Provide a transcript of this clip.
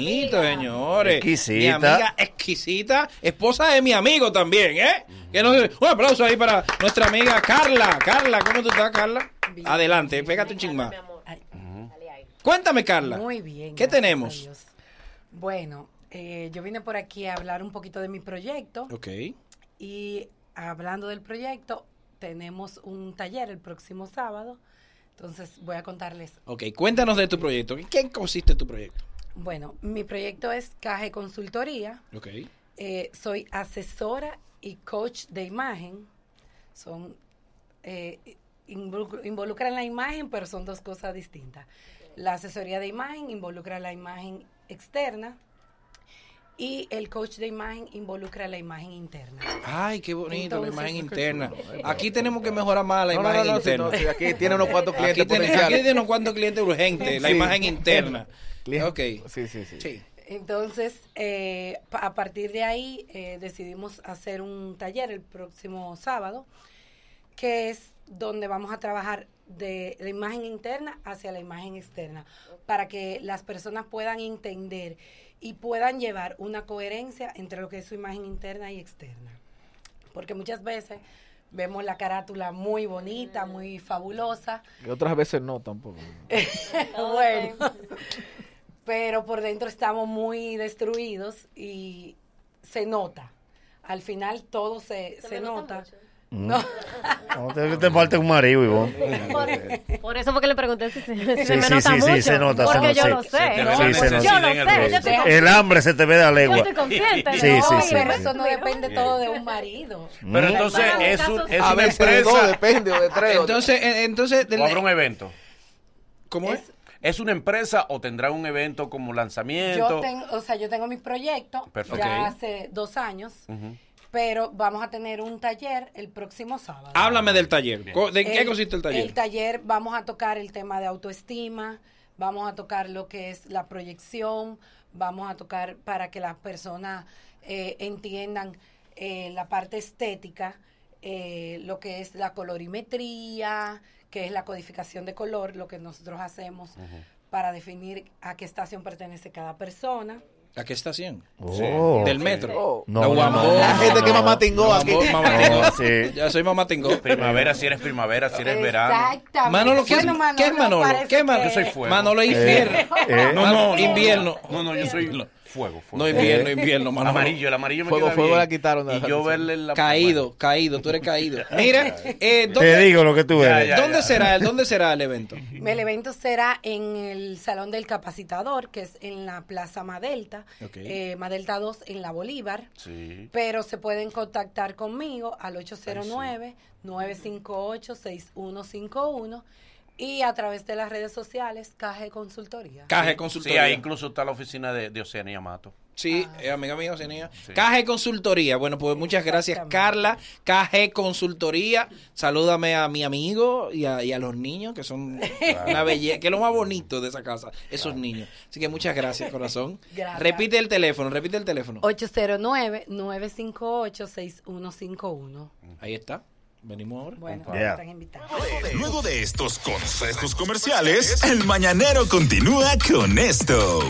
Bonito, señores. Exquisita. Mi amiga exquisita, esposa de mi amigo también, ¿eh? Que no se- Un aplauso ahí para nuestra amiga Carla. Carla, ¿cómo tú estás, Carla? Bien. Adelante, pégate un chingma. Mi amor. Ay, Dale ahí. Cuéntame, Carla. Muy bien. ¿Qué gracias tenemos? a Dios. Bueno, eh, yo vine por aquí a hablar un poquito de mi proyecto Ok. y hablando del proyecto, tenemos un taller el próximo sábado. Entonces voy a contarles. Ok, cuéntanos de tu proyecto. ¿En qué consiste tu proyecto? Bueno, mi proyecto es Caje Consultoría. Ok. Eh, soy asesora y coach de imagen. Son eh, involuc- involucran la imagen, pero son dos cosas distintas. La asesoría de imagen involucra la imagen externa y el coach de imagen involucra la imagen interna. Ay, qué bonito, Entonces, la imagen qué interna. Aquí tenemos que mejorar más la no, imagen no, no, no, interna. si no, si aquí tiene unos cuantos clientes Aquí tiene- aquí potenciales. tiene unos cuantos clientes urgentes, la Sí. imagen interna. Cliente- Ok. Sí, sí, sí. Sí. Entonces, eh, pa- a partir de ahí eh, decidimos hacer un taller el próximo sábado, que es donde vamos a trabajar de la imagen interna hacia la imagen externa, para que las personas puedan entender y puedan llevar una coherencia entre lo que es su imagen interna y externa. Porque muchas veces vemos la carátula muy bonita, muy fabulosa, Y otras veces no tampoco. bueno, pero por dentro estamos muy destruidos y se nota. Al final todo se, Se se me nota. mucho. No, No, te, te falta un marido, Ivonne. Por, por eso fue que le pregunté si se, si Sí, se me sí, nota sí, sí, mucho. se nota, se Porque nota, yo sí. lo Se sé. te ¿no? ve, se yo lo nota. sé. Yo estoy, con- El hambre se te ve de la yo legua. estoy consciente. eh, Sí, ¿no? sí, no, sí, pero sí. eso no depende todo de un marido. Pero Mm. entonces Hermano, es, en un- casos- es A A una veces de dos, empresa depende, o de tres. o de- Entonces, eh, entonces, o habrá un evento. ¿cómo es? ¿Es una empresa o tendrá un evento como Yo lanzamiento? tengo, o sea, yo tengo mis proyectos Perfecto. ya Ok. hace dos años, Ujú. pero vamos a tener un taller el próximo sábado. Háblame del taller. Co- ¿De qué consiste el taller? El taller vamos a tocar el tema de autoestima, vamos a tocar lo que es la proyección, vamos a tocar para que las personas eh, entiendan eh, la parte estética, eh, lo que es la colorimetría, que es la codificación de color, lo que nosotros hacemos para definir a qué estación pertenece cada persona. ¿A qué estación? Oh. Del metro. Oh. No, La no, Guambó. no. La gente que No. mamá tingó aquí. Mamá- mamá No, Tingó. sí. Ya soy mamá Tingó. Primavera, si eres primavera, si eres verano. Exactamente. Manolo, ¿qué es- Bueno, qué es Manolo? parece ¿Qué es Manolo? que- Yo soy fuego. Manolo es infierno. eh. No, no, invierno. Ah, No, no, yo soy fuego, fuego. Eh, No, Eh. invierno, invierno, Manolo. Amarillo, el amarillo me Fuego, queda fuego bien. la quitaron de la Y yo canción. verle la... Caído, caído, tú eres caído. Mira, eh, Te ¿dónde, digo lo que tú Ya, eres. ya. dónde será, el- ¿dónde será el evento? El evento será en el Salón del Capacitador, que es en la Plaza Madelta, Ok. eh, Madelta 2 en la Bolívar. Sí. Pero se pueden contactar conmigo al 809-958-6151 y a través de las redes sociales, Caje Consultoría. Caje Sí, Consultoría. ahí incluso está la oficina de, de Oceanía Mato. Sí, Ah, eh, amiga mía, Oceanía. Sí. KG Consultoría. Bueno, pues muchas gracias, Carla. Exactamente. KG Consultoría. Salúdame a mi amigo y a, y a los niños, que son una belleza, que es lo más bonito de esa casa, esos niños. Así que muchas gracias, corazón. Gracias. Repite el teléfono, repite el teléfono. 809-958-6151. Ahí está. Venimos ahora. Bueno, Ya. están invitados. Luego de estos consejos comerciales, el mañanero continúa con esto.